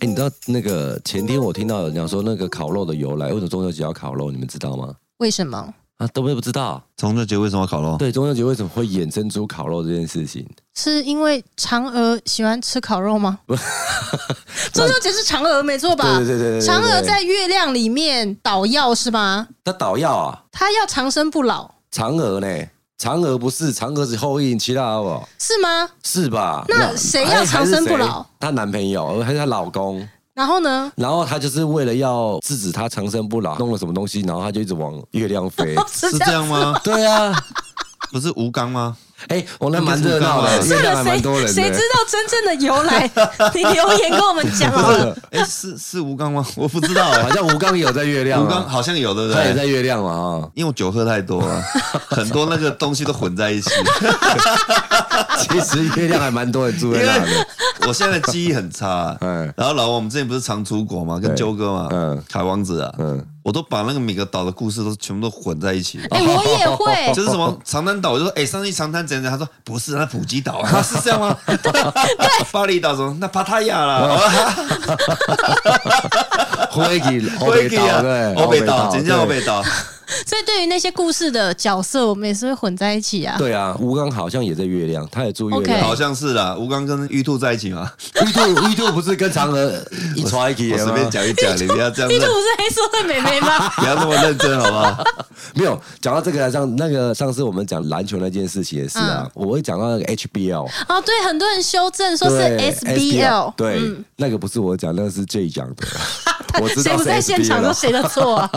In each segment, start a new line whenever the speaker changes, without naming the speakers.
哎、你知道那个前天我听到有人讲说那个烤肉的由来，为什么中秋节要烤肉？你们知道吗？
为什么？
啊，都不不知道。
中秋节为什么要烤肉？
对，中秋节为什么会衍生出烤肉这件事情？
是因为嫦娥喜欢吃烤 肉吗？中秋节是嫦娥没错吧？
对对对对对对
嫦娥在月亮里面捣药是吗？
那捣药啊，
她要长生不老
嫦娥呢？嫦娥不是嫦娥是后羿其他哦，
是吗？
是吧？哎
那谁要长生不老？
她男朋友还是她老公？
然后呢？
然后她就是为了要制止她长生不老，弄了什么东西，然后她就一直往月亮 飞。
是
是这样吗？
对啊，
不是吴刚 吗？
哎、我那蛮热闹的，月
算
亮还
了，谁
蛮多人的。
谁知道真正的 由来？你留言跟我们讲好了。
哎、是是吴刚吗？ 我不知道哎、
好像吴刚也有在月亮、啊，
吴刚好像有，对不
他也在
对？
月亮嘛啊、
因为我酒喝太多 了，很多那个东西都混在一起。
啊其实月亮还蛮多人住在那里。
我现在记忆很 差，
嗯
然后老王，我们之前不是常出国嘛，跟
对
周哥嘛，
嗯
海王子啊，
嗯
我都把那个每个岛的故事都全部都混在一起。
哎、我也
哦
会
就，是什么长滩岛，我就说哎、上次去长滩怎样怎样，他说不是，那普吉岛 啊，是这样吗？巴厘岛什么？那帕塔亚啦，
灰 给欧
威
北
吉
岛
啊
对，，
欧北岛，
对
简叫欧北 岛。
所以对于那些故事的角色，我们也是会混在一起啊。
对啊，吴刚好像也在月亮，他也住月
OK
亮。
好像是啦，吴刚跟玉兔在一起嘛，
玉兔玉兔不是跟嫦娥一传一起
我
的
随
吗
便？讲一讲，你不要这样
地
子
图，不是黑社会美 眉吗？
不要那么认真，好不好？
没有讲到这个上那个上次我们讲篮球那件事情也是
嗯
啊，我会讲到那个 HBL，
哦，对，很多人修正说是
对
SBL，
对，那个不是我讲，那个是 J 讲的。我知道
嗯 谁不在现场说
SBL
谁的错啊？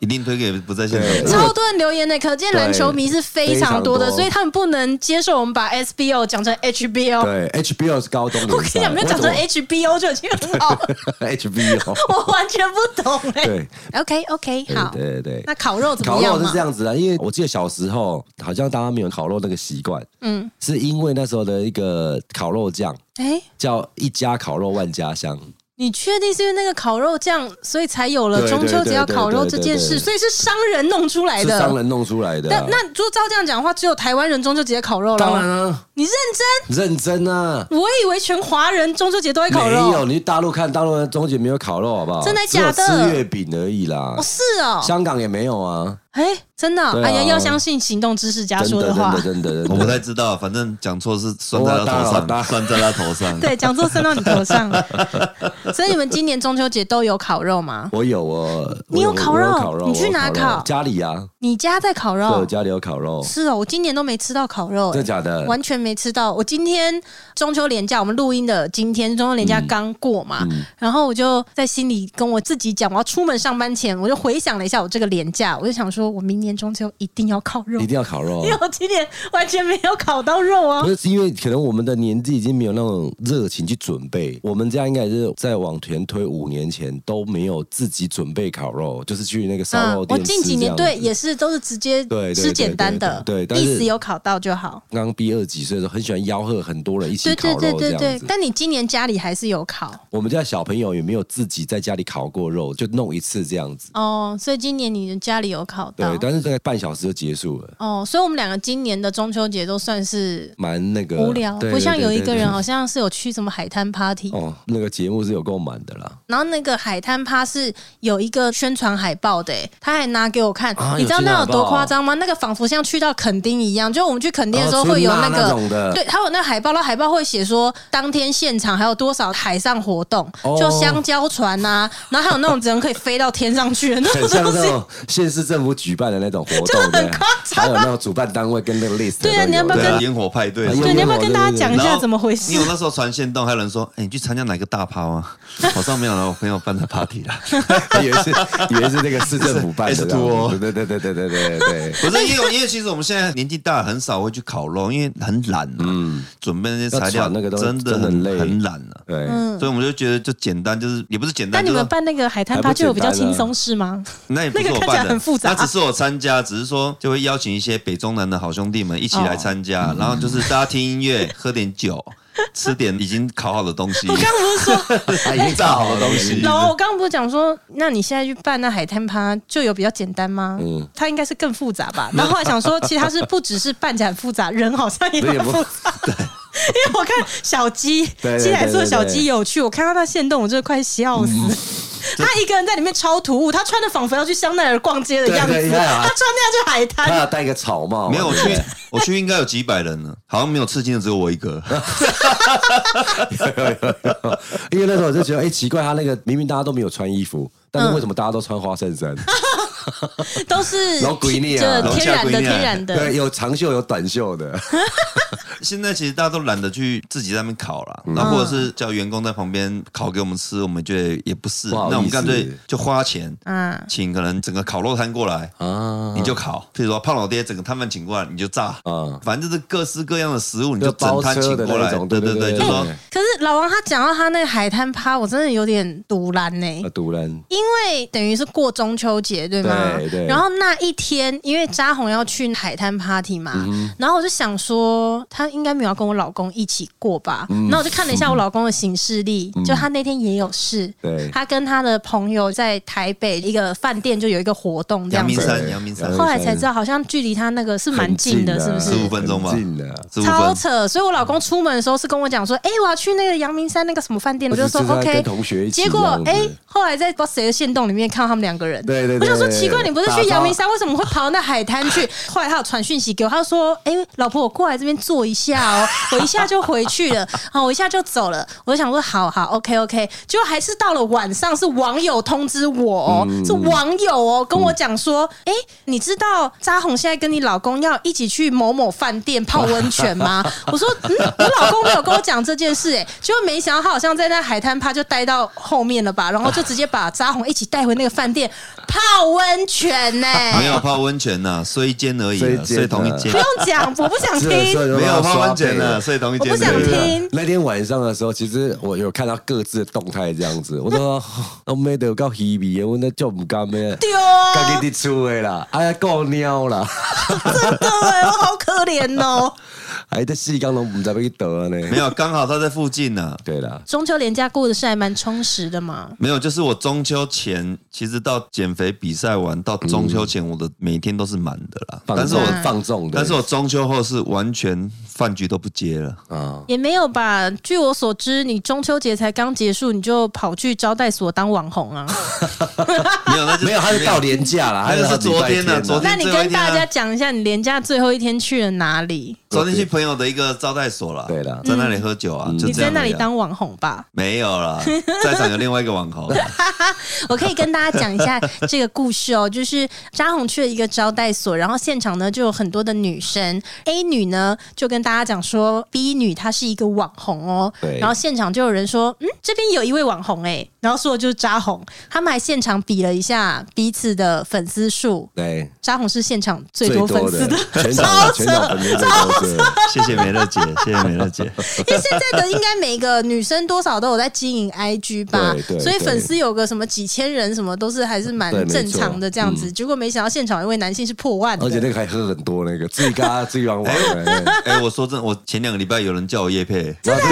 一定推给不在现场
对
的。
超多人留言呢，可见篮球迷是非常多的，
对非常多
所以他们不能接受我们把 SBO 讲成 HBO。
对 HBL 是高中
我
联
跟你
赛，
讲，没有讲成
我
HBO 就已经很好了，
HBL，
我完全不懂哎、
对
OK OK，好，
对对对
那烤肉怎
烤
么样
肉是
嘛
这？样子的，因为我记得小时候好像大家没有烤肉那个习惯，
嗯，
是因为那时候的一个烤肉酱
哎、
叫一家烤肉万家香，
你确定是因为那个烤肉酱，所以才有了
对对
中秋节要烤肉这
对
件
对对对
事？所以是商人弄出来
是
的。
商人弄出来的
哎
啊。
那那就照这样讲的话，只有台湾人中秋节烤肉了。
当然啊，
你认真？
认真啊，
我以为全华人中秋节都会烤
没
肉。
有，你去大陆看大陆的中间没有烤肉好不好？
真的假的
只有吃月饼而已啦
哦，，是哦，
香港也没有啊，
哎、真的、
对啊
哎呀，要相信行动知识家
真
说
的真
话
的。真的真的，
我不太知道，反正讲错是算在他头
我打扰
上，
他
算在他头上。
对，讲座伸到你头上。 所以你们今年中秋节都有烤肉吗？
我有哦，
你
我
有
我
烤肉
我有烤肉，
你去
我有
哪
肉
烤
家里啊，
你家在烤
对，我
肉？
家里有烤肉，
是哦，我今年都没吃到烤肉、
真的假
哎
的？
完全没吃到。我今天中秋连假，我们录音的今天中秋连假刚过嘛，
嗯
然后我就在心里跟我自己讲，我要出门上班前，我就回想了一下我这个连假，我就想说，我明年中秋一定要烤肉，
一定要烤肉
因，为我今年完全没有烤到肉啊
不。是，是因为可能我们的年纪已经没有那种热情去准备。我们家应该是再往前推五年前都没有自己准备烤肉，就是去那个烧肉
嗯我
店、吃
近几年
这样
对
子
也是都是直接
对对
吃简单的，
对对对对但是
意思有烤到就好。
刚毕二十几岁的时候，很喜欢吆喝很多人一起
对
烤
对
肉
对对
这样
对
子，。
但你今年家里还是有烤
我们家小朋友也没有自己在家里烤过肉，就弄一次这样子。
哦，所以今年你的家里有烤到
对，但是大概半小时就结束了，
哦，所以我们两个今年的中秋节都算是
蛮那个
无聊，
对
不像
对
有
对
一
对
个
对
人好像是有去什么海滩 party，
哦，那个节目是有够满的啦。
然后那个海滩趴是有一个宣传海报的、欸，他还拿给我看，
啊
你知
有
道
宣传
那有多
海报
夸张吗？那个仿佛像去到垦丁一样，就我们去垦丁的时候
哦
会有
春娜
个，
那种的
对，还有那海报，然后海报会写说当天现场还有多少海上活动，
哦
就香蕉船啊，然后还有那种只能可以飞到天上去的那
很
种
像
东
那
西。
种县市政府举办的那种活动，
很
对
夸，张
还
啊
有那种主办单位跟那个 list
对啊
都有
你要不要
的
对
跟
啊，烟火派对
哎
什
呦
么
对，
有
你要不要
有
跟
有
大家
有
讲一
然
下
后
怎么回事
因为？我那时候传线动，还有人说：“哎、你去参加哪个大趴吗？” 好像没有了，我朋友办的 party 啦。
以为是以为是那个市政府办 的
S2 哦
对对对对对对对对。
不是因为因为其实我们现在年纪大，很少会去烤肉，因为很懒嘛、准备那些材
嗯要
料
传那个东西
真的
真的
很
很累
很懒啊了、
对，
嗯
所以我们就觉得就简单，就是也不是简单，
但你
就是
们办那个海滩趴
还不
就有比较
简单
轻
啊
松是吗？
那也不是
那个
我
看起来
办的，
很复杂
那只是我参加，只是说就会邀请一些北中南的好兄弟们一起来参加，
哦
然后就是大家听音乐，喝点酒，吃点已经烤好的东西，
我刚刚不是说
已经炸好的东
嗯
西。
老王，我刚刚不是讲说，那你现在去办那海滩趴，就有比较简单吗？嗯，它应该是更复杂吧。然后后来想说，其实它是不只是办起来很复杂，人好像也
人也
很
不
复杂。因为我看小鸡，
对对对
鸡来说小
对对嗯
鸡有趣，我看到他现动，我真的快笑死。 他一个人在里面超突兀，他穿的仿佛要去香奈儿逛街的样子，
对对
他穿
对啊
那样去海滩
他，要戴个草帽，啊
没有，我
对不
去
对，
我去应该有几百人呢，好像没有刺青的只有我一个。
因为那时候我就觉得，哎、奇怪，他那个明明大家都没有穿衣服，但
嗯
是为什么大家都穿花衬 衫？
都是
老鬼呢啊
这
老
鬼呢
天然的天然的。
对，有长袖有短袖的，
现在其实大家都懒得去自己在那边烤了，那或者是叫员工在旁边烤给我们吃，我们觉得也不是，
不好意思
那我们干脆就花钱，
嗯，
请可能整个烤肉摊过来。
啊
你就烤，譬如说胖老爹整个摊贩请过来，你就炸，
啊
反正就是各式各样的食物，你就
就包
整摊请
车的
过
那
来，
种
对
对对
对，就
对
说
对
可是老王他讲到他那个海滩趴，我真的有点堵拦呢、
啊，独人
因为等于是过中秋节，对吗？
对对
然后那一天，因为扎红要去海滩 party 嘛，
嗯
然后我就想说，他应该没有要跟我老公一起过吧？
嗯
然后我就看了一下我老公的行事 历，就他那天也有事，
对
他跟他的朋友在台北一个饭店就有一个活动这
阳
样
明
子。
山，
对
阳明山
对
后来才知道，好像距离他那个是蛮
很
近的，
啊
是不是？
15分钟吧
很近的。
十五
超
分，
扯！所以我老公出门的时候是跟我讲说：“哎、我要去那个阳明山那个什么饭店。”我就说
而且是在
：“OK。
跟”同学一起
结果
这样子
哎、后来在不知道谁的线洞里面看到他们两个人，
对对对
我想说
对对
奇怪，你不是
打
去
包
阳明山，啊为什么会跑到那海滩去？后来他有传讯息给我，他说：“哎、老婆，我过来这边坐一下哦， 我一下就回去了，啊，我一下就走了。”我就想说：“好好，OK OK。”结果还是到了晚上，是网友通知我、哦，是网友哦跟我讲说：“哎、你知道扎红现在跟你老公要一起去某某饭店泡温泉吗？” 我说：“嗯，我老公没有跟我讲这件事、哎，结果没想到他好像在那海滩趴就待到后面了吧，然后就直接把扎红一起带回那个饭店泡温泉呢、
没有泡温泉呐，睡一间而已
睡一
啊，
间
睡同一
啊
间
哎 不，用讲，我不想听，
没有泡温泉
呢
呐，。睡同一
我
间
不
而已啊，
想听。
那天晚上的时候，其实我有看到各自的动态这样子，我 说我妹的告 Hebe，我那叫不干咩，
丢啊，
赶紧出的啦，哎呀够尿啦，
真的哎、我好可怜哦。
还在细钢龙不知道去得呢。
没有，刚好他在附近呢、
对啦，
中秋连假过的是还蛮充实的嘛，
没有，就是我中秋前，其实到减肥比赛完到中秋前，我的每天都是满的啦。
嗯放
但是我，
放纵的，
但是我中秋后是完全饭局都不 接了。
啊，
也没有吧？据我所知，你中秋节才刚结束，你就跑去招待所当网红 啊？
没有，那就是
没有，他是到年假啦，
那
他
就是
到礼拜天啊啦
昨天呢昨天啊
那你跟大家讲一下，你连假最后一天去了哪里？
昨天去朋友的一个招待所啦，
对啦嗯
在那里喝酒啊，就
你
这样而已啊。
在那里当网红吧？
没有啦，在场有另外一个网 红，
我可以跟大家讲 一下这个故事哦，就是扎红去了一个招待所，然后现场呢就有很多的女生，A 女呢就跟大家讲说，B 女她是一个网红哦，
对
然后现场就有人说，嗯，这边有一位网红哎、然后说的就是扎红，他们还现场比了一下彼此的粉丝数，
对，
扎红是现场最
最
多粉丝的
的，，全 场全场粉丝都是，
谢谢美乐姐，谢谢美乐 姐。
因为现在的应该每个女生多少都有在经营 IG 吧
对，对
所以
对
粉丝有个什么几千人，什么都是还是蛮
对没
正常的
错
这样
嗯
子。结果没想到现场有一位男性是破万的，
而且那个还喝很多那个，自己嘎自己玩玩，
哎、我说真的，我前两个礼拜有人叫我 叶佩，
真的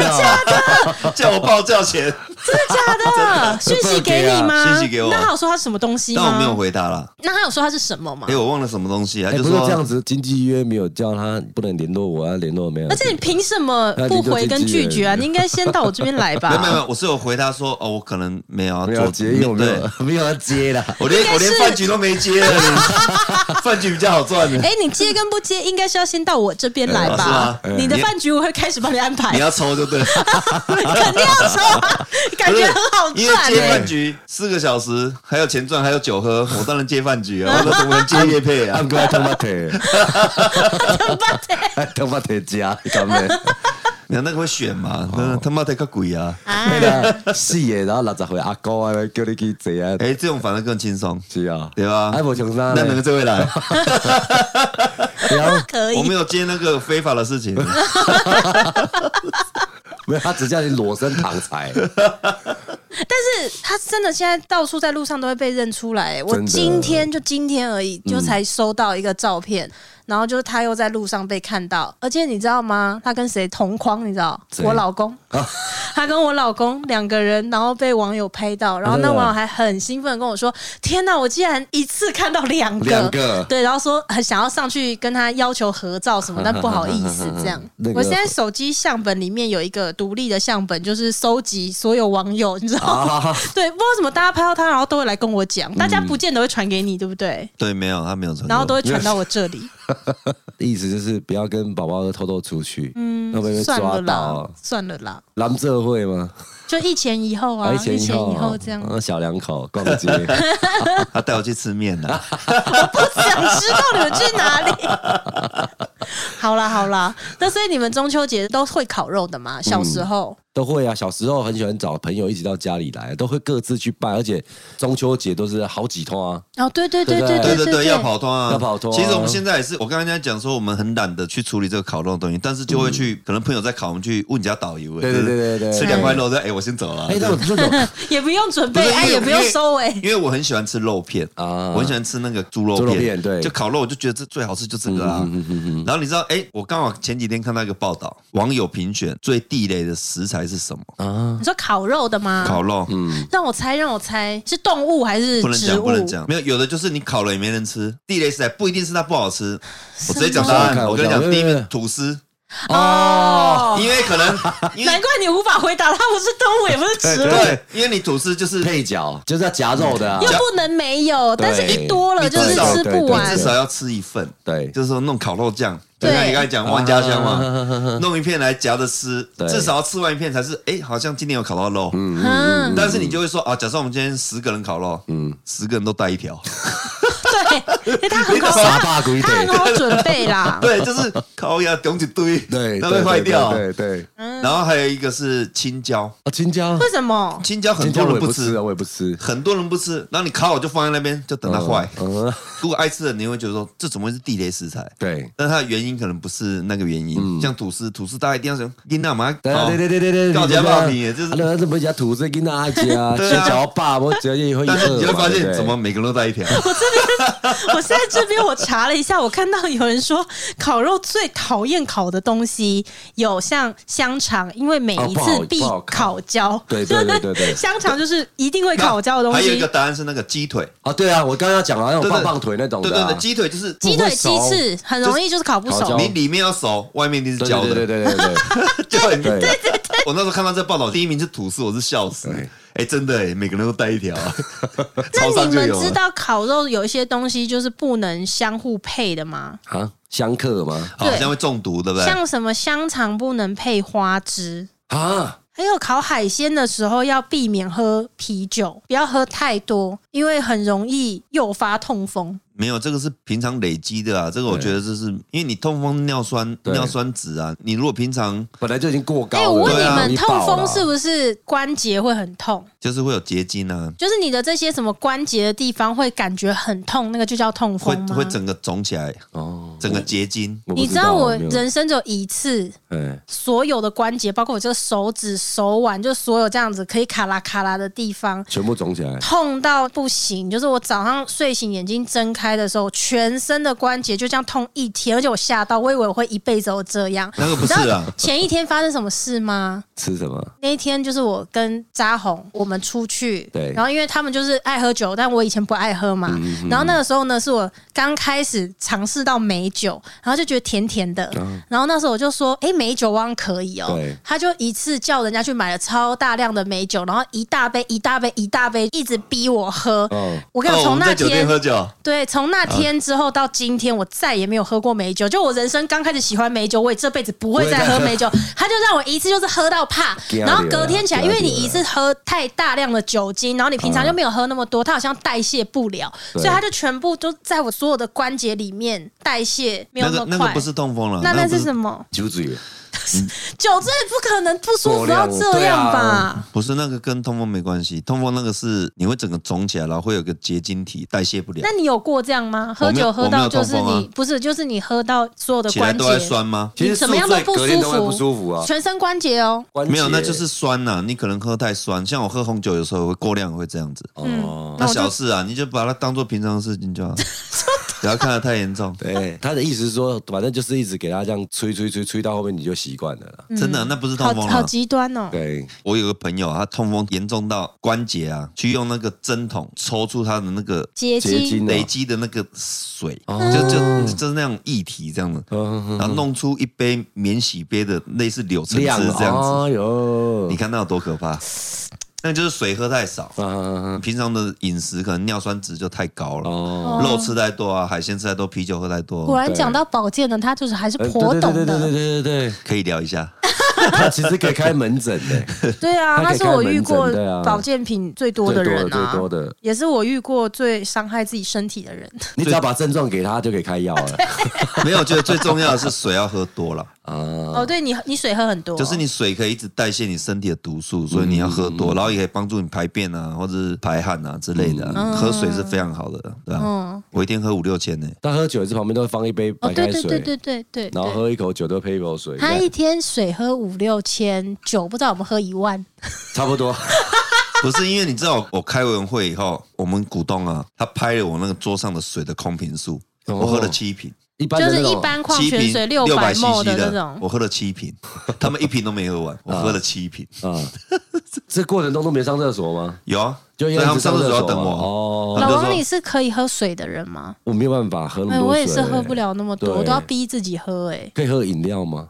叫我报价钱，
真的 假 的？讯息给你吗？
讯息给我
那他有说他是什么东西
但
吗？
我没有。回答啦。
那他有说他是什么吗
哎、？我忘了什么东西啊，
哎，
就
不是
说
这样子，经纪约没有叫他不能联络我，要啊联络没有？
而且你凭什么不回跟拒绝啊？
那
你应该先到我这边来吧
没有。没有没有，我是有回答说哦，我可能没有要
啊没
做
有接，因为我没
对 啊
有啊没有要接 啦。
我连我连
是
饭局都 没接了，你饭局比较好赚的。
哎，你接跟不接，应该是要先到我这边来
哎是
吧
吗？
你的饭局我会开始帮你安排
你，要抽就对了，
肯定要抽 啊，感觉很好
因为
赚
接
哎。
饭局四个小时，还有钱赚，还有酒喝，我当然接饭局 啊，我怎么能接夜配啊
按？过来他妈 腿， 他妈腿加，干咩？
你那个会选嘛？
哦
那他妈的个鬼啊！
啊
那个四爷，然后六十岁阿哥啊，叫你去坐啊，
哎，这种反而更轻松，
是啊，
对吧？
哎，无从啥
那两个
呢？
就 会来，
然后
可以
我没有接那个非法的事情，
没有，他只叫你裸身躺财，
但是他真的现在到处在路上都会被认出来。我
真的嗯
今天就今天而已，就才收到一个照片，然后就是他又在路上被看到，而且你知道吗？他跟谁同框？你知道？
谁啊
我老公，他跟我老公两个人，然后被网友拍到，然后那
真的
网友还很兴奋地跟我说：“天哪，我竟然一次看到两个！”
两个
对，然后说很想要上去跟他要求合照什么，但不好意思这样
那。个
我现在手机相本里面有一个独立的相本，就是收集所有网友，你知道吗？
啊， 嗯
对，不知道怎么大家拍到他，然后都会来跟我讲，大家不见得会传给你，对不对？
对，没有，他没有成功。
然后都会传到我 这里，
意思就是不要跟宝宝偷偷出去，嗯，会不会被
算
抓
了
到
啦？，算了啦，
蓝社会吗？
就一前一后啊，
啊，
一
一前一
前
后
一
啊
后这样，
啊小两口逛街，
他带我去吃面啊
啊
呐、
不想知道你们去哪里。 好啦好啦，那所以你们中秋节都会烤肉的吗？小
嗯
时候，
都会啊。小时候很喜欢找朋友一起到家里来，都会各自去办，而且中秋节都是好几通啊。
哦，对对对
对
对
对
对
对对，要跑通啊，
要跑通啊
其实我们现在也是，我刚才在讲说，我们很懒得去处理这个烤肉的东西，但是就会去，可能朋友在烤，我们去问人家导游，哎
嗯对对对对对
吃两块肉，对，哎，我先走了。
哎，那种那种
也不用准
不是
备，哎，
因为
也不用收尾，
因为我很喜欢吃肉片
啊
啊，我很喜欢吃那个猪肉
猪肉
片，
片对嗯
就烤肉我就觉得这最好吃就这个啊。然后你知道，哎，我刚好前几天看到一个报道，网友评选最地雷的食材是什么？
啊，
你说烤肉的吗？
烤肉，
嗯
让我猜，让我猜，是动物还是
不能
植
讲，
物？
不能讲，没有有的就是你烤了也没人吃，地雷食材不一定是它不好吃，我直接讲答
什
案，
么
我跟你
我看
讲，
我
第一
对对
名
对
吐司，
哦。
因为可能因
难怪
为
你无法回答，它不是动物，也不是植物，
对，因为你吐司就是
配角就是要夹肉的啊
又。不能没有，但是一多了
你
就是
至少
吃不
你
完
至。少要吃一份，
对，
就是说弄烤肉酱，就
对
像你刚才讲万家香嘛
啊，
弄一片来夹着吃，
对
至少要吃完一片才是，哎，好像今天有烤到肉。
嗯，
但是你就会说啊，假设我们今天十个人烤肉，嗯，十个人都带 一条，
对，因为它 很好，
傻大鬼
它很
腿，
好准备啦。
对，就是烤鸭丢一堆，
对，
那会
对
坏掉。
对对，对
然后还有一个是青椒，
啊，青椒，
为什么？
青椒很
青
多
椒我也
人不
不吃
吃
啊，，我也不吃，
很多人不吃，然后你烤好就放在那边，就等它坏。
嗯，
如果爱吃的，你会觉得说这怎么会是地雷食材？
对。
但它的原因可能不是那个原因，像吐司，吐司大家一定要想，你那嘛，
嗯对啊，
哦
对对对对对，
告
你
诫
这样
爸比就是
啊那怎么讲吐司跟阿姐啊，
对
去
啊
找爸，我觉得也会
但是你就
饿
会
嘛
发
对不
现，
对
怎么每个人都带一啊 条？
我现在这边我查了一下，我看到有人说烤肉最讨厌烤的东西有像香肠，因为每一
哦不好
次必
不好烤
烤焦。
对对对对对
香肠就是一定会烤焦的东
还有一
西
个。答案是那个鸡腿，
啊？对啊，我刚刚讲了那种
对对
棒棒腿那种
对
的
对
啊，
对，鸡腿就是
鸡
不
腿、
会熟
鸡翅很容易就是烤不
烤焦
熟。
你里面要熟，外面一定是焦
对对
的，
对对对对
就很
对对
我那时候看到这报道，第一名是吐司，我是笑死
对。
哎，真的哎，每个人都带一条， 超
那
商
你
就
们
有
知
了。
道烤肉有一些东西就是不能相互配的吗？
啊，相克吗？
好像会中毒，对不对？
像什么香肠不能配花枝，
啊，
还有烤海鲜的时候要避免喝啤酒，不要喝太多，因为很容易诱发痛风。
没有，这个是平常累积的啊。这个我觉得这是因为你痛风、尿酸、
对
尿酸值啊，你如果平常
本来就已经过高
哎、
了。
我问
对
你
啊
们，
容易
痛
爆
风
了
是不是关节会很痛？
就是会有结晶啊，
就是你的这些什么关节的地方会感觉很痛，那个就叫痛
会
风吗？
会整个肿起来，
哦？
整个结晶。
我不
你知道我
没有
人生只有一次，
哎
所有的关节，包括我这个手指、手腕，就所有这样子可以卡啦卡啦的地方，
全部肿起来，
痛到不行。就是我早上睡醒眼睛睁开的时候，全身的关节就这样痛一天，而且我吓到，我以为我会一辈子都这样。
那个不是
你知道
啊，
前一天发生什么事吗？
吃什么？
那一天就是我跟扎红我们出去，
对嗯
然后因为他们就是爱喝酒，但我以前不爱喝嘛。然后那个时候呢，是我刚开始尝试到美酒，然后就觉得甜甜的。然后那时候我就说：“哎、美酒我好像可以哦、
啊对
他就一次叫人家去买了超大量的美酒，然后一大杯、一大杯、一大杯，一直逼我喝。
哦
我跟你
哦，
讲，
我
从
们
那
在酒
天
店喝酒，
对，从那天之后到今天，我再也没有喝过美酒。就我人生刚开始喜欢美酒，我也这辈子不会再喝美酒。他就让我一次就是喝到怕，
掉了
然后隔天起来，
掉
因
了
为你一次喝太大量的酒精，然后你平常就没有喝那么多，它好像代谢不了，
对
所以它就全部都在我所有的关节里面代谢没有
那个
么
那个
快。
不是痛风了，
那那
个不
是什么？
酒嘴
酒醉不可能不舒
过
服
量
到这样吧？
对啊
不是那个跟痛风没关系，痛风那个是你会整个肿起来，然后会有个结晶体代谢不了
那，你有过这样吗？喝
我没有
酒喝到就是
我没有痛
你
风啊
不是就是你喝到所有的
起来
关
都在
节
酸吗？
其实
你怎么样都
宿醉
不
隔天都会
舒服
不舒服啊。
全身关节哦。
关节
没有，那就是酸呐、你可能喝太酸，像我喝红酒有时候也会过量，也会这样子。
嗯
哦
那
那我就
小事啊，你就把它当做平常的事情就好。不要看得太严重。
对，他的意思是说，反正就是一直给他这样吹吹吹吹到后面你就习惯了啦。
真的，那不是
好
痛风
嗯好
了。
极端哦。
啊对，
我有个朋友，他痛风严重到关节啊，去用那个针筒抽出他的那个
结
结
晶
晶
累积的那个水，
啊哦
就就就是那种液体这样子，
嗯，
然后弄出一杯免洗杯的类似柳橙汁
量
这样子，
哎呦
你，看那有多可怕？那就是水喝太少，
啊，
平常的饮食可能尿酸值就太高了，
哦，
哦
肉吃太多啊，海鲜吃太多，啤酒喝太
果
多，
然讲到保健呢，他就是还是
呃
颇懂
对对对对对
的。
对对对，
可以聊一下。
他其实可以开门诊 的，
对啊，
他
他
可以
是我遇过
开门诊对啊
保健品最多的人啊，
最多的最多的
也是我遇过最伤害自己身体的人。
你只要把症状给他就可以开药 了
没有，我觉得最重要的是水要喝多了，
啊。
哦，对你，你水喝很多，
就是你水可以一直代谢你身体的毒素，所以你要喝
嗯
多，然后也可以帮助你排便啊，或者是排汗啊之类的啊、
嗯
喝水是非常好的，对吧、
嗯
我一天喝五六千呢、
他喝酒也是旁边都会放一杯
哦，
白
对
开
对对
水，
对对对，
然后
对。
喝一口酒都配一口水，
他一天水喝五六千，酒不知道我们喝一万，
差不多。
不是因为你知道，我开完会以后，我们股东啊，他拍了我那个桌上的水的空瓶数，
哦
我喝了七瓶，
一般
就
的那
是
种
一般矿
七
泉
瓶
水
六
百 ml
CC
那种。
我喝了七瓶，他们一瓶都没喝 完，我喝了七瓶，
啊，这过程当中都没上厕所吗？
有啊，
就因
所
为
以他们上厕
所
所要等
嘛
我，
哦，
老
他就
王，
说
你是可以喝水的人吗？
我没有办法喝那么
哎，
多水，
我也是喝不。了那么多，
对
我都要逼自己喝。 哎，
可以喝饮料 吗？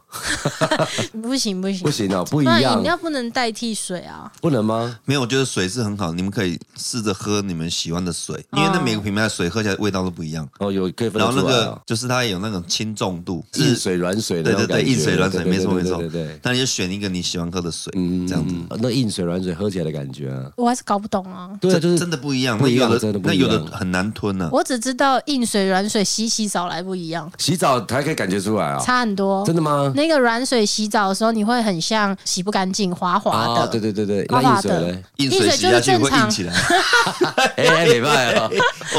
不行不行
不，行啊，不一
那饮
样，
料不能代替水啊。
不能吗？
没有，我觉得水是很好，你们可以试着喝你们喜欢的水，因为
嗯
那每个品牌的水喝起来味道都不一样。
哦，有可以分
然
得
后那
出来
个
啊。
就是它有那种轻重度，是
硬水软水的
对
那
对
种
对，
感觉，
硬水软水
对
没错没
对
错
对对对，，
那你就选一个你喜欢喝的水，
嗯
这样子。
那硬水软水喝起来的感觉啊，
我还是搞不懂啊。
对啊，
这
就是
真的不一样，
不
那
一样
有
真的不
那
一
有
样
的很难吞啊呢。
我只知道硬水、软水洗洗澡来不一样，
洗澡才可以感觉出来啊，
差很多。
真的吗？
那个软水洗澡的时候，你会很像洗不干净、滑滑的。
啊，对对对对，
滑
那
滑
硬水
的
嘞，
硬水洗下去会 硬起来，
哎， 哎没办法，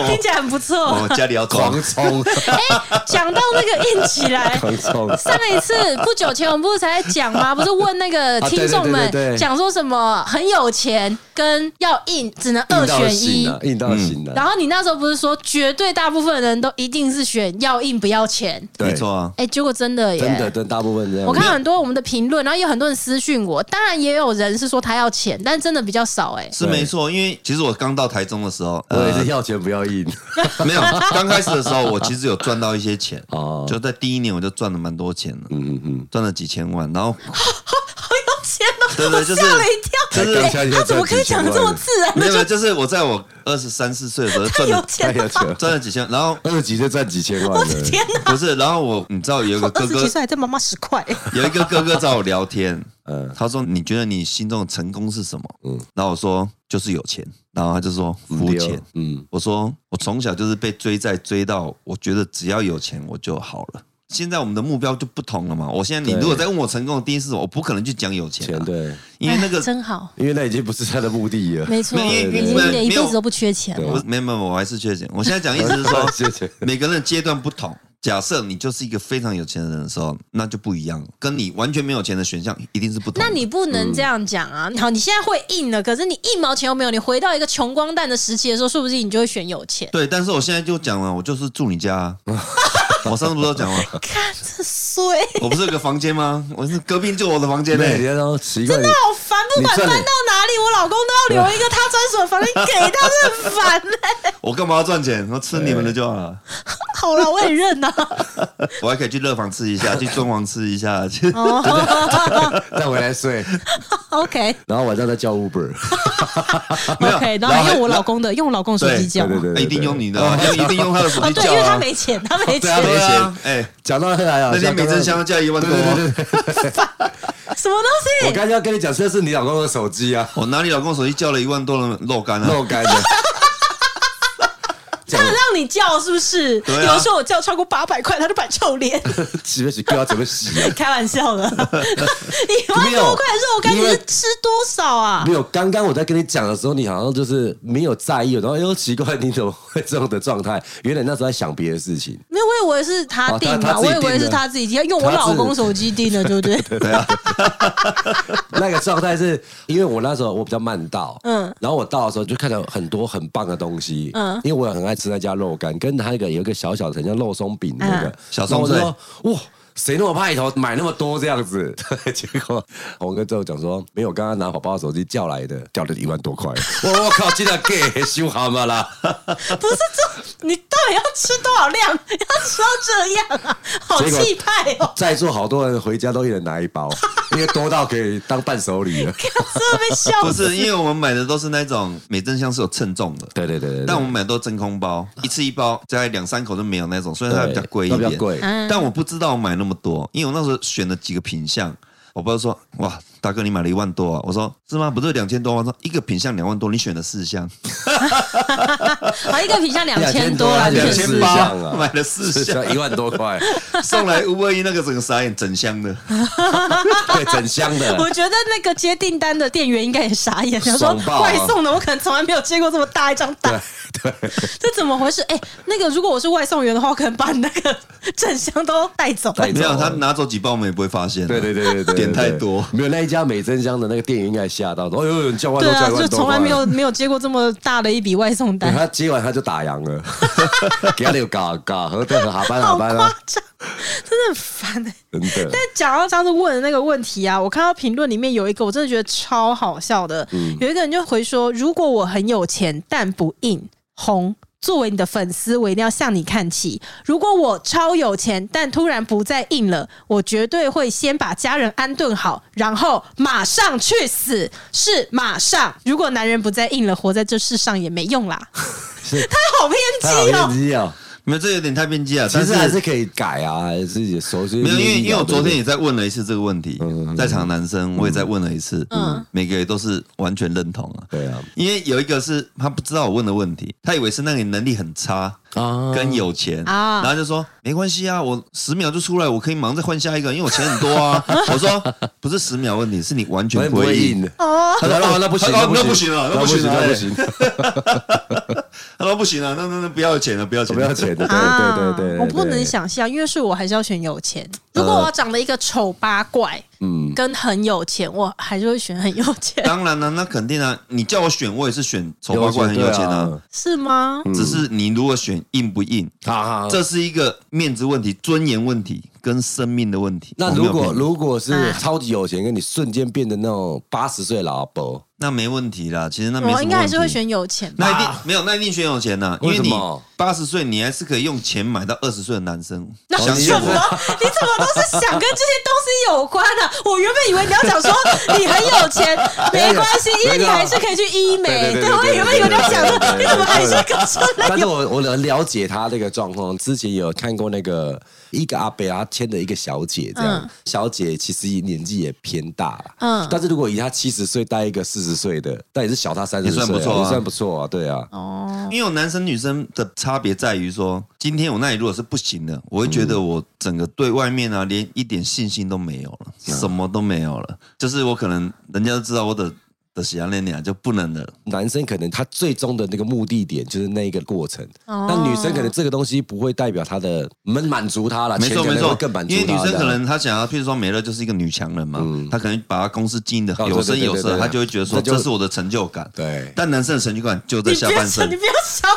听起来很不错。
哦，家里要装
狂。冲
讲到那个硬起 来，
狂冲，
上一次不久前我们不是才在讲吗？不是问那个
啊对
听众
对对
们
对
讲说什么很有钱跟要硬只能二
硬到
选
醒
一。嗯
了，硬到啊醒
然
了，
后你那时候不是说绝对大部分人都一定是选要硬不要钱？
对
没错啊，
哎、结果真的耶！
真的，真大部分这样。
我看很多我们的评论，然后有很多人私讯我，当然也有人是说他要钱，但真的比较少哎、
是没错。因为其实我刚到台中的时候，
我也
呃
是，要钱不要硬
没有刚开始的时候，我其实有赚到一些钱，
哦，
就在第一年我就赚了蛮多钱的，
嗯嗯 嗯，
赚了几千万。 然后
有钱了，
对对，就是
吓了一跳，
就是
哎他怎么可以讲得这么自然？
没有，没有就是我在我二十三四岁的时候赚
有
了
太
钱
有
了，
钱了，
赚了几千，然后
二十几岁赚几千万了，
天哪！
不是，然后我你知道有一个
二
哥
十
哥
几，岁还在妈妈十块，
有一个哥哥找我聊天，
嗯，
他说你觉得你心中的成功是什么？嗯
嗯，
然后我说就是有钱，然后他就说肤
对哦
浅。
嗯，
我说我从小就是被追债追到，我觉得只要有钱我就好了。现在我们的目标就不同了嘛。我现在你
对
如果再问我成功的第一是什么，我不可能去讲有钱、
钱
啊，
对，
因为那个
哎 真好，
因为那已经不是他的目的了，
没错，
没
有
已
没有
经
没有
连一辈子都不缺钱
对
了。
我没有没有，我还是缺钱。我现在讲意思是说，
谢谢。
每个人的阶段不同。假设你就是一个非常有钱的人的时候，那就不一样了，跟你完全没有钱的选项一定是不同的。
那你不能这样讲啊！好，你现在会硬了，可是你一毛钱都没有，你回到一个穷光蛋的时期的时候，说不定你就会选有钱。
对，但是我现在就讲了，我就是住你家、啊。我上次不是都讲吗？
看 这衰，
我不是有个房间吗？我是隔壁就我的房间呢、
对，人家都奇怪，你
好烦！不管
你
搬
赚
到
了
哪里，我老公都要留一个他专属的房间给他，这很烦 哎、
我干嘛要赚钱？我吃你们的就好了。
好了，我也认啊了。
我还可以去乐坊吃一下，去尊王吃一下，去
哦
再回来睡，
，OK
然后晚上再叫 Uber，
没有
OK，然
然
后
后
用我老公的，用我老公手机叫
对。对对
哎
对，
一定用你的啊，一定用他的手
哦，
机
对，
叫
因为他
啊。
没钱，他没
对啊
钱，
对啊，哎，
讲到后来啊，
那天
像
每
刚刚
真香要一万多
对对对
啊，
对，
什么
我
东西？
刚才要跟你讲，这是你老公的手机啊，
我拿你老公手机叫了一万多的肉干啊，
肉干的。
他让你叫是不是？
对啊
有的时候我叫超过八百块，他就板臭脸，
洗不洗？不要怎么洗啊？
开玩 笑的。一万多块肉干，你
因为
是吃多少啊
没？有，刚刚我在跟你讲的时候，你好像就是没有在意，然后哎呦奇怪，你怎么会这样的状态？原来那时候在想别的事情。
没有，我以为是他
哦
订
他
嘛，
他
我
自己
以为
订
是
的
他自己订，用我
他
老
自
公手机订的，对不 对？
那个状态是因为我那时候我比较慢到，
嗯
嗯，然后我到的时候就看到很多很棒的东西，
嗯
嗯，因为我很爱爱吃那家肉干，跟他那个有一个小小的很像肉松饼的那个
嗯
小
然后
松
我就
脆
说哇。谁那么派头买那么多这样子？ 对，结果红哥最后讲说没有，刚刚拿宝宝的手机叫来的，掉了一万多块。 我我靠，这个 gay 修蛤蟆啦！
不是这，你到底要吃多少量？要吃到这样啊，好
结果
气派哦！
在座好多人回家都一人拿一包，因为多到可以当伴手礼了。
真的被笑
不
死。
是，因为我们买的都是那种美珍香是有称重的，
对对对对，
但我
对
们买的都真空包，一次一包，大概两三口就没有那种，虽然它比较贵一
都比较
点，
贵。
嗯
但我不知道我买那么多，因为我那时候选了几个品相，我朋友说：“哇，大哥你买了一万多啊！”我说：“是吗？不是两千多吗？”他说：“一个品相两万多，你选了四 项，
好，啊一个品相两千多啦，
两
确
千
实
四
八
项啊
买了四项，
一万多块，
送来乌龟那个整个傻眼，整箱的。
对，整箱的。
我觉得那个接订单的店员应该也傻眼，想说
爽爆啊
外送的，我可能从来没有接过这么大一张单，
对，
这怎么回事？哎、那个如果我是外送员的话，我可能把你那个整箱都带走。
带
没
走
有，
啊
他拿走几包我们也不会发现、啊
对对对对对对，
点太多
对没有那一家美珍香的那个店员应该吓到，哦呦，你叫万
对
多，
啊，
叫一
就
万多
从来
块
没有没有接过这么大的一笔外送
对
单，
他接完他就打烊了，给他那个嘎嘎和的下班下
好夸
班啊，
张，真的很烦哎、
真的
但讲到上次问的那个问题啊，我看到评论里面有一个我真的觉得超好笑的，有一个人就回说：“如果我很有钱但不硬红。”作为你的粉丝，我一定要向你看齐。如果我超有钱，但突然不再硬了，我绝对会先把家人安顿好，然后马上去死。是马上。如果男人不再硬了，活在这世上也没用啦。他好偏
太好
激哦、
偏激啊！
没有，这有点太偏激了。啊
其
但
实还是可啊以改啊，自己熟悉
没有，因为因为我昨天
也
也在问了一次这个问
嗯
题，在场男生我也在问了一次，嗯，每个也都是完全认同啊。
对啊
因为有一个是他不知道我问的问题，他以为是那个能力很差。
啊
跟有钱
啊
然后就说没关系啊，我十秒就出来，我可以马上再换下一个，因为我钱很多啊。我说不是十秒问题，是你完全
不
不会
会
应
硬。哦，他说哦那不行，
他说哦
那
那
不
不
行
行啊
那
那
不
不
行
行，他说不行啊，那那那不要钱了，不要钱
不
了，
要钱的，对
啊，
对对对，
我不
对
能，想象，因为是我还是要选有钱。如果我要长得一个丑八怪，
嗯，
跟很有钱，我还是会选很有钱，
当然了、那肯定啊，你叫我选，我也是选丑八怪很有钱啊。
是吗？
嗯
只是你如果选硬不硬，
对啊，啊，这
这是一个面子问题、尊严问题跟生命的问题。
那
我没
如
有
果
骗你
如果是
啊
超级有钱，跟你瞬间变得那种八十岁老阿伯，
那没问题啦，其实那没什么
我应该还是会
问题。
选有钱吧。
那一定没有，那一定选有钱呐、因
啊为
为
什
你
么
八十岁，你还是可以用钱买到二十岁的男生。
那
相信
什
哦
么？
我，
你怎么都是想跟这些东西有关呢、我原本以为你要讲说你很 有
哎
钱，没关系，因为你还是可以去医美。
对对对对
对，我原本以为你要讲
对对
说
对对对
你怎么还是跟 这
但
类
是
有
我我能了解他这个状况。之前有看过那个一个阿伯，他牵着一个小姐，这样、
嗯
小姐其实年纪也偏大了，
嗯
但是如果以他七十岁带一个四十岁的，但也是小他三十岁啊，
也算不错啊
也算不错啊，对啊，
哦，
因为我男生女生的差别在于说，今天我那里如果是不行的，我会觉
嗯
得我整个对外面啊，连一点信心都没有了，
嗯
什么都没有了。就是我可能人家都知道我的的喜欢恋爱啊就不能了。
男生可能他最终的那个目的点就是那一个过程，
哦
但女生可能这个东西不会代表她的们满足她了，
没
啊钱
错
可能
没错
会更满，足
因
她
为女生
这样嗯
可能她想要，譬如说美乐就是一个女强人嘛，她可能把她公司经营的
哦
有声有
对对对对
色，
对
她就会觉得说
那就
这是我的成就感。
对
但男生的成就感就在
你
下
不要
半
想，
身
你。不要想，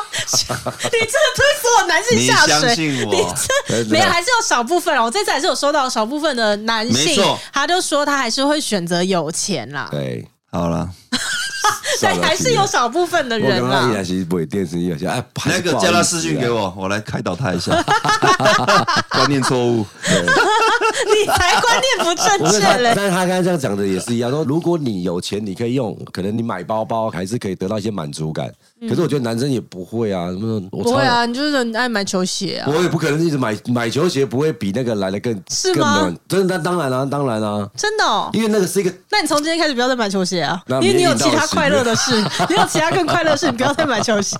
你真的推所有男性
你
下水。
相信
你
我，
这没有，还是有少部分啦。我这次还是有收到少部分的男
没
性
错，
他就说他还是会选择有钱啦，
对，
好了，
所以还是有少部分的
我
人啊
刚刚依
啦。
然是不电视，有些哎，还
那
是
个
不好
叫
意
他
思
私讯
啊
给我，我来开导他一下。 观念错误，
你才观念不
不
正
是
确
他，
嘞
但。是他刚才这样讲的也是一样，说如果你有钱，你可以用，可能你买包包还是可以得到一些满足感。可是我觉得男生也不会啊，什么我
嗯不会
超，
啊，你就是很爱买球鞋啊，
我也不可能一直买买球鞋，不会比那个来的更
是吗
更暖真的，那当然啦、啊当然啦、
真的哦。
因为那个是一个
那你从今天开始不要再买球鞋啊，
那
因为你有
明
其
天
他
到期
快乐的事，你有其他更快乐的事，你不要再买球鞋。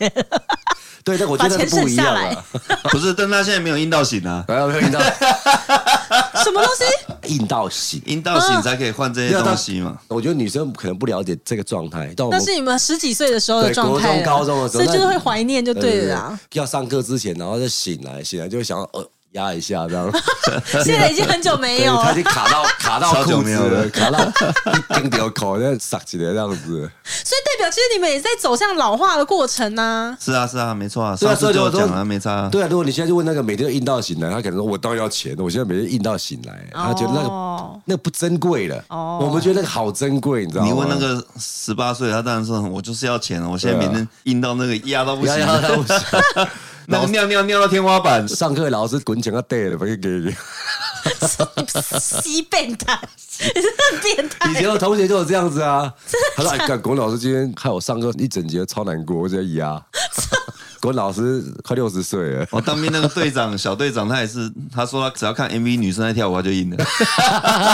对，但我觉得那
把
个
钱
不
省
一
下
样
来
啊。哎
不是，但他现在没有阴道型啊，
然后硬到
什么东西？
硬到型，
阴道型才可以换这些东西嘛。
我觉得女生可能不了解这个状态，但我
那
们
是你们十几岁的时候的
对
状
国
态
中
了，
高中的时候
所以就是
那
会怀念就对了啦。啊
要上课之前，然后再醒来，醒来就会想到，呃，压一下这 样。
现在已经很久没有
对他已
了，
经卡到卡到
超久
裤子
没有了
了，卡到一根条口，那撒起来这样子。
所以代表其实你们也在走向老化的过程呢、
是啊，是啊，没错啊，
对啊
上次
所
就
以
有
我说
讲了，没差啊。
对啊，如果你现在就问那个每天都硬到醒来，他可能说我当然要钱，我现在每天硬到醒来，他觉得那个
哦
那个不珍贵了。
哦
我们觉得那个好珍贵，你知道吗？
你问那个十八岁，他当然说，我就是要钱了，我现在
对啊
每天硬到那个压到不行
呀，呀，他不行
那个尿尿尿到天花 板，
上课老师滚钱要对了，不给你。
西变态，你真的变态
以。前我同学就有这样子啊， 他说：“哎，干国文老师今天害我上课一整节超难过，我直接压。”国文老师快六十岁了，
我当兵那个队长，小队长他也是，他说他只要看 MV 女生在跳舞，他就硬了。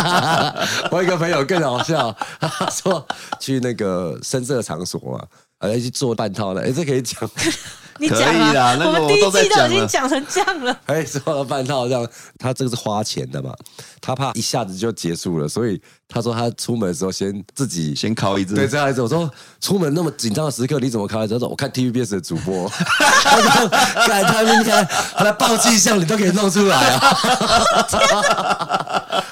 我有一个朋友更好笑，他说去那个深色场所嘛，呃，去做半套的，哎、这可以讲，
你讲啊，
可以啦那个
我们
我
第一
都在
季都已
讲
经
了
讲成这样了。
哎，做了半套这样，他这个是花钱的嘛，他怕一下子就结束了，所以他说他出门的时候先自己
先敲一只，
对，这样子，我说出门那么紧张的时刻，你怎么开玩笑？他说我看 TVBS 的主播，他说看他们看，他来爆气象，你都可以弄出来啊！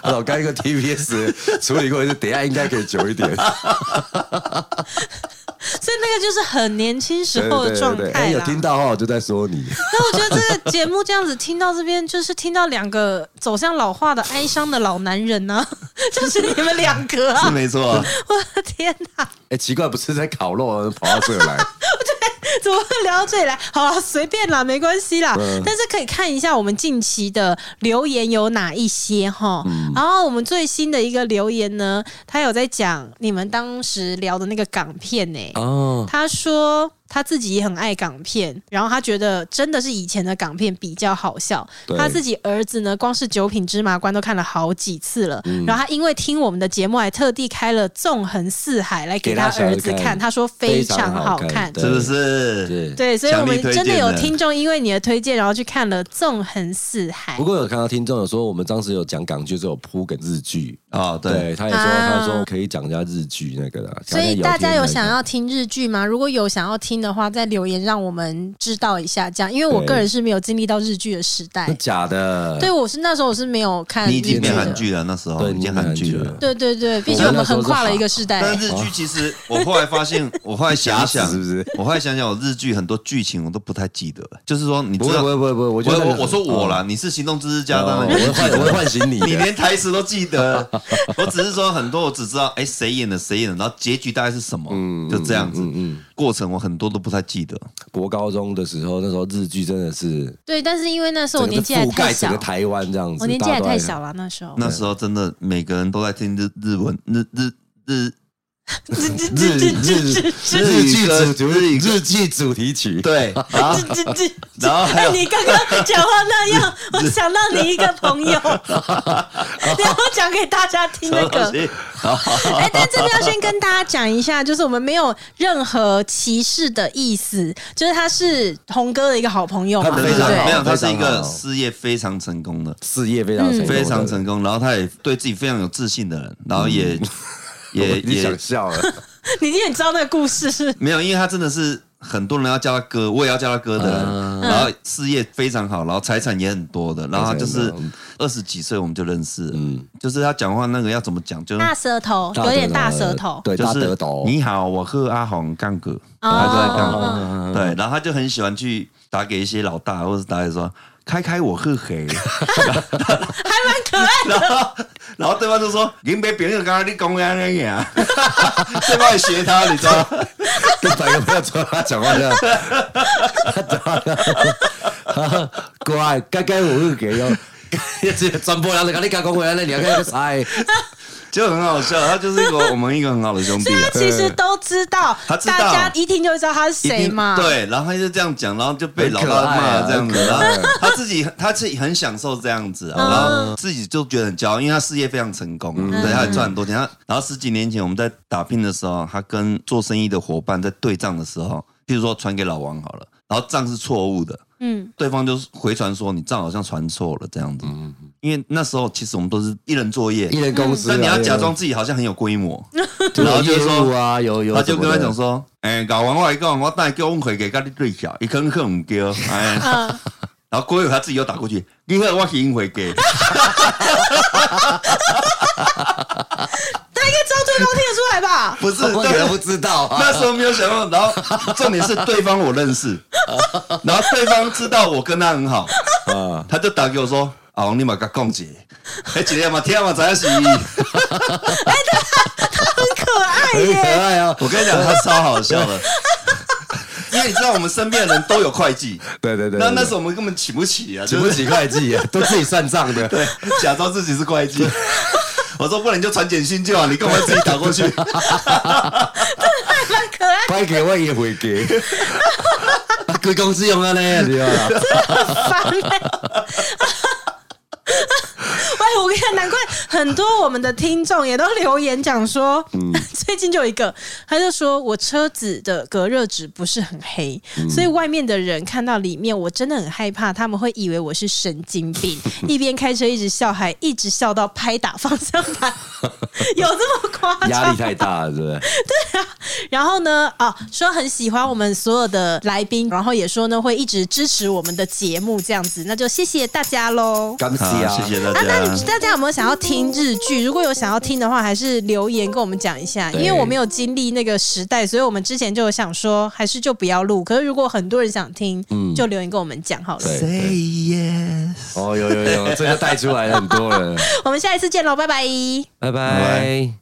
他说我刚一个 TVBS 处理过一次，等一下应该可以久一点。
所以那个就是很年轻时
对
候
对
的
对
状
对对，哎，
态
有
啦。
听到哦，就在说 你。
那我觉得这个节目这样子听到这边，就是听到两个走向老化的哀伤的老男人呢、 就是你们两个
是
啊！
没错啊。
我的天哪、
哎，奇怪，不是在烤肉，跑到这 来，
怎么会聊到这里来？好啊，随便啦，没关系啦。
嗯
但是可以看一下我们近期的留言有哪一些哈。
嗯
然后我们最新的一个留言呢，他有在讲你们当时聊的那个港片呢、
哦，
他说他自己也很爱港片，然后他觉得真的是以前的港片比较好笑。
对
他自己儿子呢，光是《九品芝麻官》都看了好几次了。
嗯
然后他因为听我们的节目，还特地开了《纵横四海》来给
给他
他
小孩
儿子
看
看，他说非常好
非常好
看
看。对
是不是？
对。
对，所以我
强力
们
推
真的
荐
有
的
听众因为你的推荐，然后去看了《纵横四海
不》。过有看到听众有说，我们当时有讲港剧，就有铺梗日剧。
哦，对，
对，他也说，
啊
他说可以讲一下日剧那个啦。
所以大家有想
要。
要听日剧吗？如果有想要听的话，再留言让我们知道一下，这样，因为我个人是没有经历到日剧的时代
真的。假的？
对，我是那时候我是没有看
你已
日剧
经变韩
的。
剧了，啊那时候
对
哦已经韩剧
你已经韩
了
剧。
对对对，毕竟我们横跨了一个世
但
代。
是日剧其实，我后来发现，我后 来想一想，
哦是不是？
我后来想想，我日剧很多剧情我都不太记得了，就是说，你知
不会
道，
不会不会不会，我
我
觉得那个哦
我我说我啦，你是行动知识家，当然
我会
有
唤我会唤醒你的，
你连台词都记得，我只是说很多，我只知道哎谁演的谁演的，然后结局大概是什么，
嗯
就这样子。过程我很多都不太记得，
国高中的时候，那时候日剧真的是
对，但是因为那时候我
整个
年纪还
覆
太
盖整
小
个，台湾这样子，
我年纪还
大家都
太
在
小。了，那时候。
那时候真的每个人都在听日日文日日日，
日日
日
日
日日日剧主
日
主日剧主题曲，
对，然后
日日日。
啊然后还
哎，
有
你刚刚讲话那 样，我想到你一个朋友，然后讲给大家听那
什么
个
东。西
哎、但这边要先跟大家讲一下，就是我们没有任何歧视的意思，就是他是红哥的一个好朋友嘛，
他
对
们
对
非
不
常
好
没
对？
有，他是
非
一个
常好
事业非常成功的，
事业非常成功，
非常成功，然后他也对自己非常有自信的人，然后也
嗯 我
也
已经
也
想笑了，
你也知道那个故事是
没有，因为他真的是很多人要叫他哥，我也要叫他哥的人，
嗯
然后事业非常好，然后财产也很多的，然后他就是二十几岁我们就认识，嗯，就是他讲话那个要怎么讲，就是
大舌头，有点大舌头。
对，
就
大
是
得哦头，
你好，我和阿红干哥，
哦
他就在干
嗯
哦
哥，对，然后他就很喜欢去打给一些老大，或者打给说开开我和黑，
还蛮可爱。
然后然后对方就说林北别人刚刚你讲安那样，啊对方也学他，你知道吗。
跟朋友不要说他讲话这样，他讲话，乖，该该我会给哦。这传播人就跟你讲讲话，那你还个猜？
就很好笑，他就是一个我们一个很好的兄弟
所以
啊
他其实都知道，
他知道
大家一听就知道他是
一
谁
定
嘛。，
对，然后他就这样讲，然后就被老
很可
大
爱啊
骂这样子，
很可
然
爱
后他自己他自己很享受这样
嗯
子啊，然后自己就觉得很骄傲，因为他事业非常成功啊，
嗯
对，他也赚很多钱。他然后十几年前我们在打拼的时候，他跟做生意的伙伴在对账的时候，譬如说传给老王好了，然后账是错误的，
嗯，
对方就回传说你账好像传错了这样子，
嗯
因为那时候其实我们都是一人作业
艺。人公司啊，
但你要假装
对
自己好像很有规 模，
啊，就
然后
有
就
业
说
务啊，有有，
他就跟他讲，说：“哎、搞完我来讲，我带叫阮回给甲你对调，伊可能可能唔叫，哎， 然后过一会他自己又打过去，你看我赢回给，
他应该知道对方听得出来吧？
不是，
我可能不知道啊。
那时候没有想到，然后重点是对方我认 识，然后对方知道我跟他很好，
啊，
他就打给我说：“啊，你嘛甲讲一下，哎，一个嘛听嘛知影是伊。
很可爱
很可
耶，
爱哦”。
我跟你讲，他超好笑的， 因为你知道我们身边的人都有会计，
对对对，
那那时
候
候我们根本请不起啊，
请
就是
不起会计啊，都自己算账的。
对，假装自己是会计。我说，不然你就传简讯就好，你干嘛自己打 过去？
蛮可爱，
拍给我也会给。啊贵公司用啊嘞，对吧？
很烦哎。哎，我跟你讲，难怪很多我们的听众也都留言讲说，
嗯
最近就有一个，他就说我车子的隔热纸不是很黑，
嗯
所以外面的人看到里面，我真的很害怕，他们会以为我是神经病， 一边开车一直笑，还一直笑到拍打方向 盘，有这么夸张？
压力太大了，是不是？
然后呢，啊，说很喜欢我们所有的来宾，然后也说呢会一直支持我们的节目这样子，那就谢谢大家喽。
感谢啊，
谢。谢大
啊，那
家。
大家有没有想要听日剧？如果有想要听的话，还是留言跟我们讲一下，因
对
为我没有经历那个时代，所以我们之前就有想说，还是就不要录。可是如果很多人想听，就留言跟我们讲好了。
嗯对
Say yes。
哦，有有有，这个带出来了很多人。
我们下一次见喽，拜拜。
拜
拜
拜。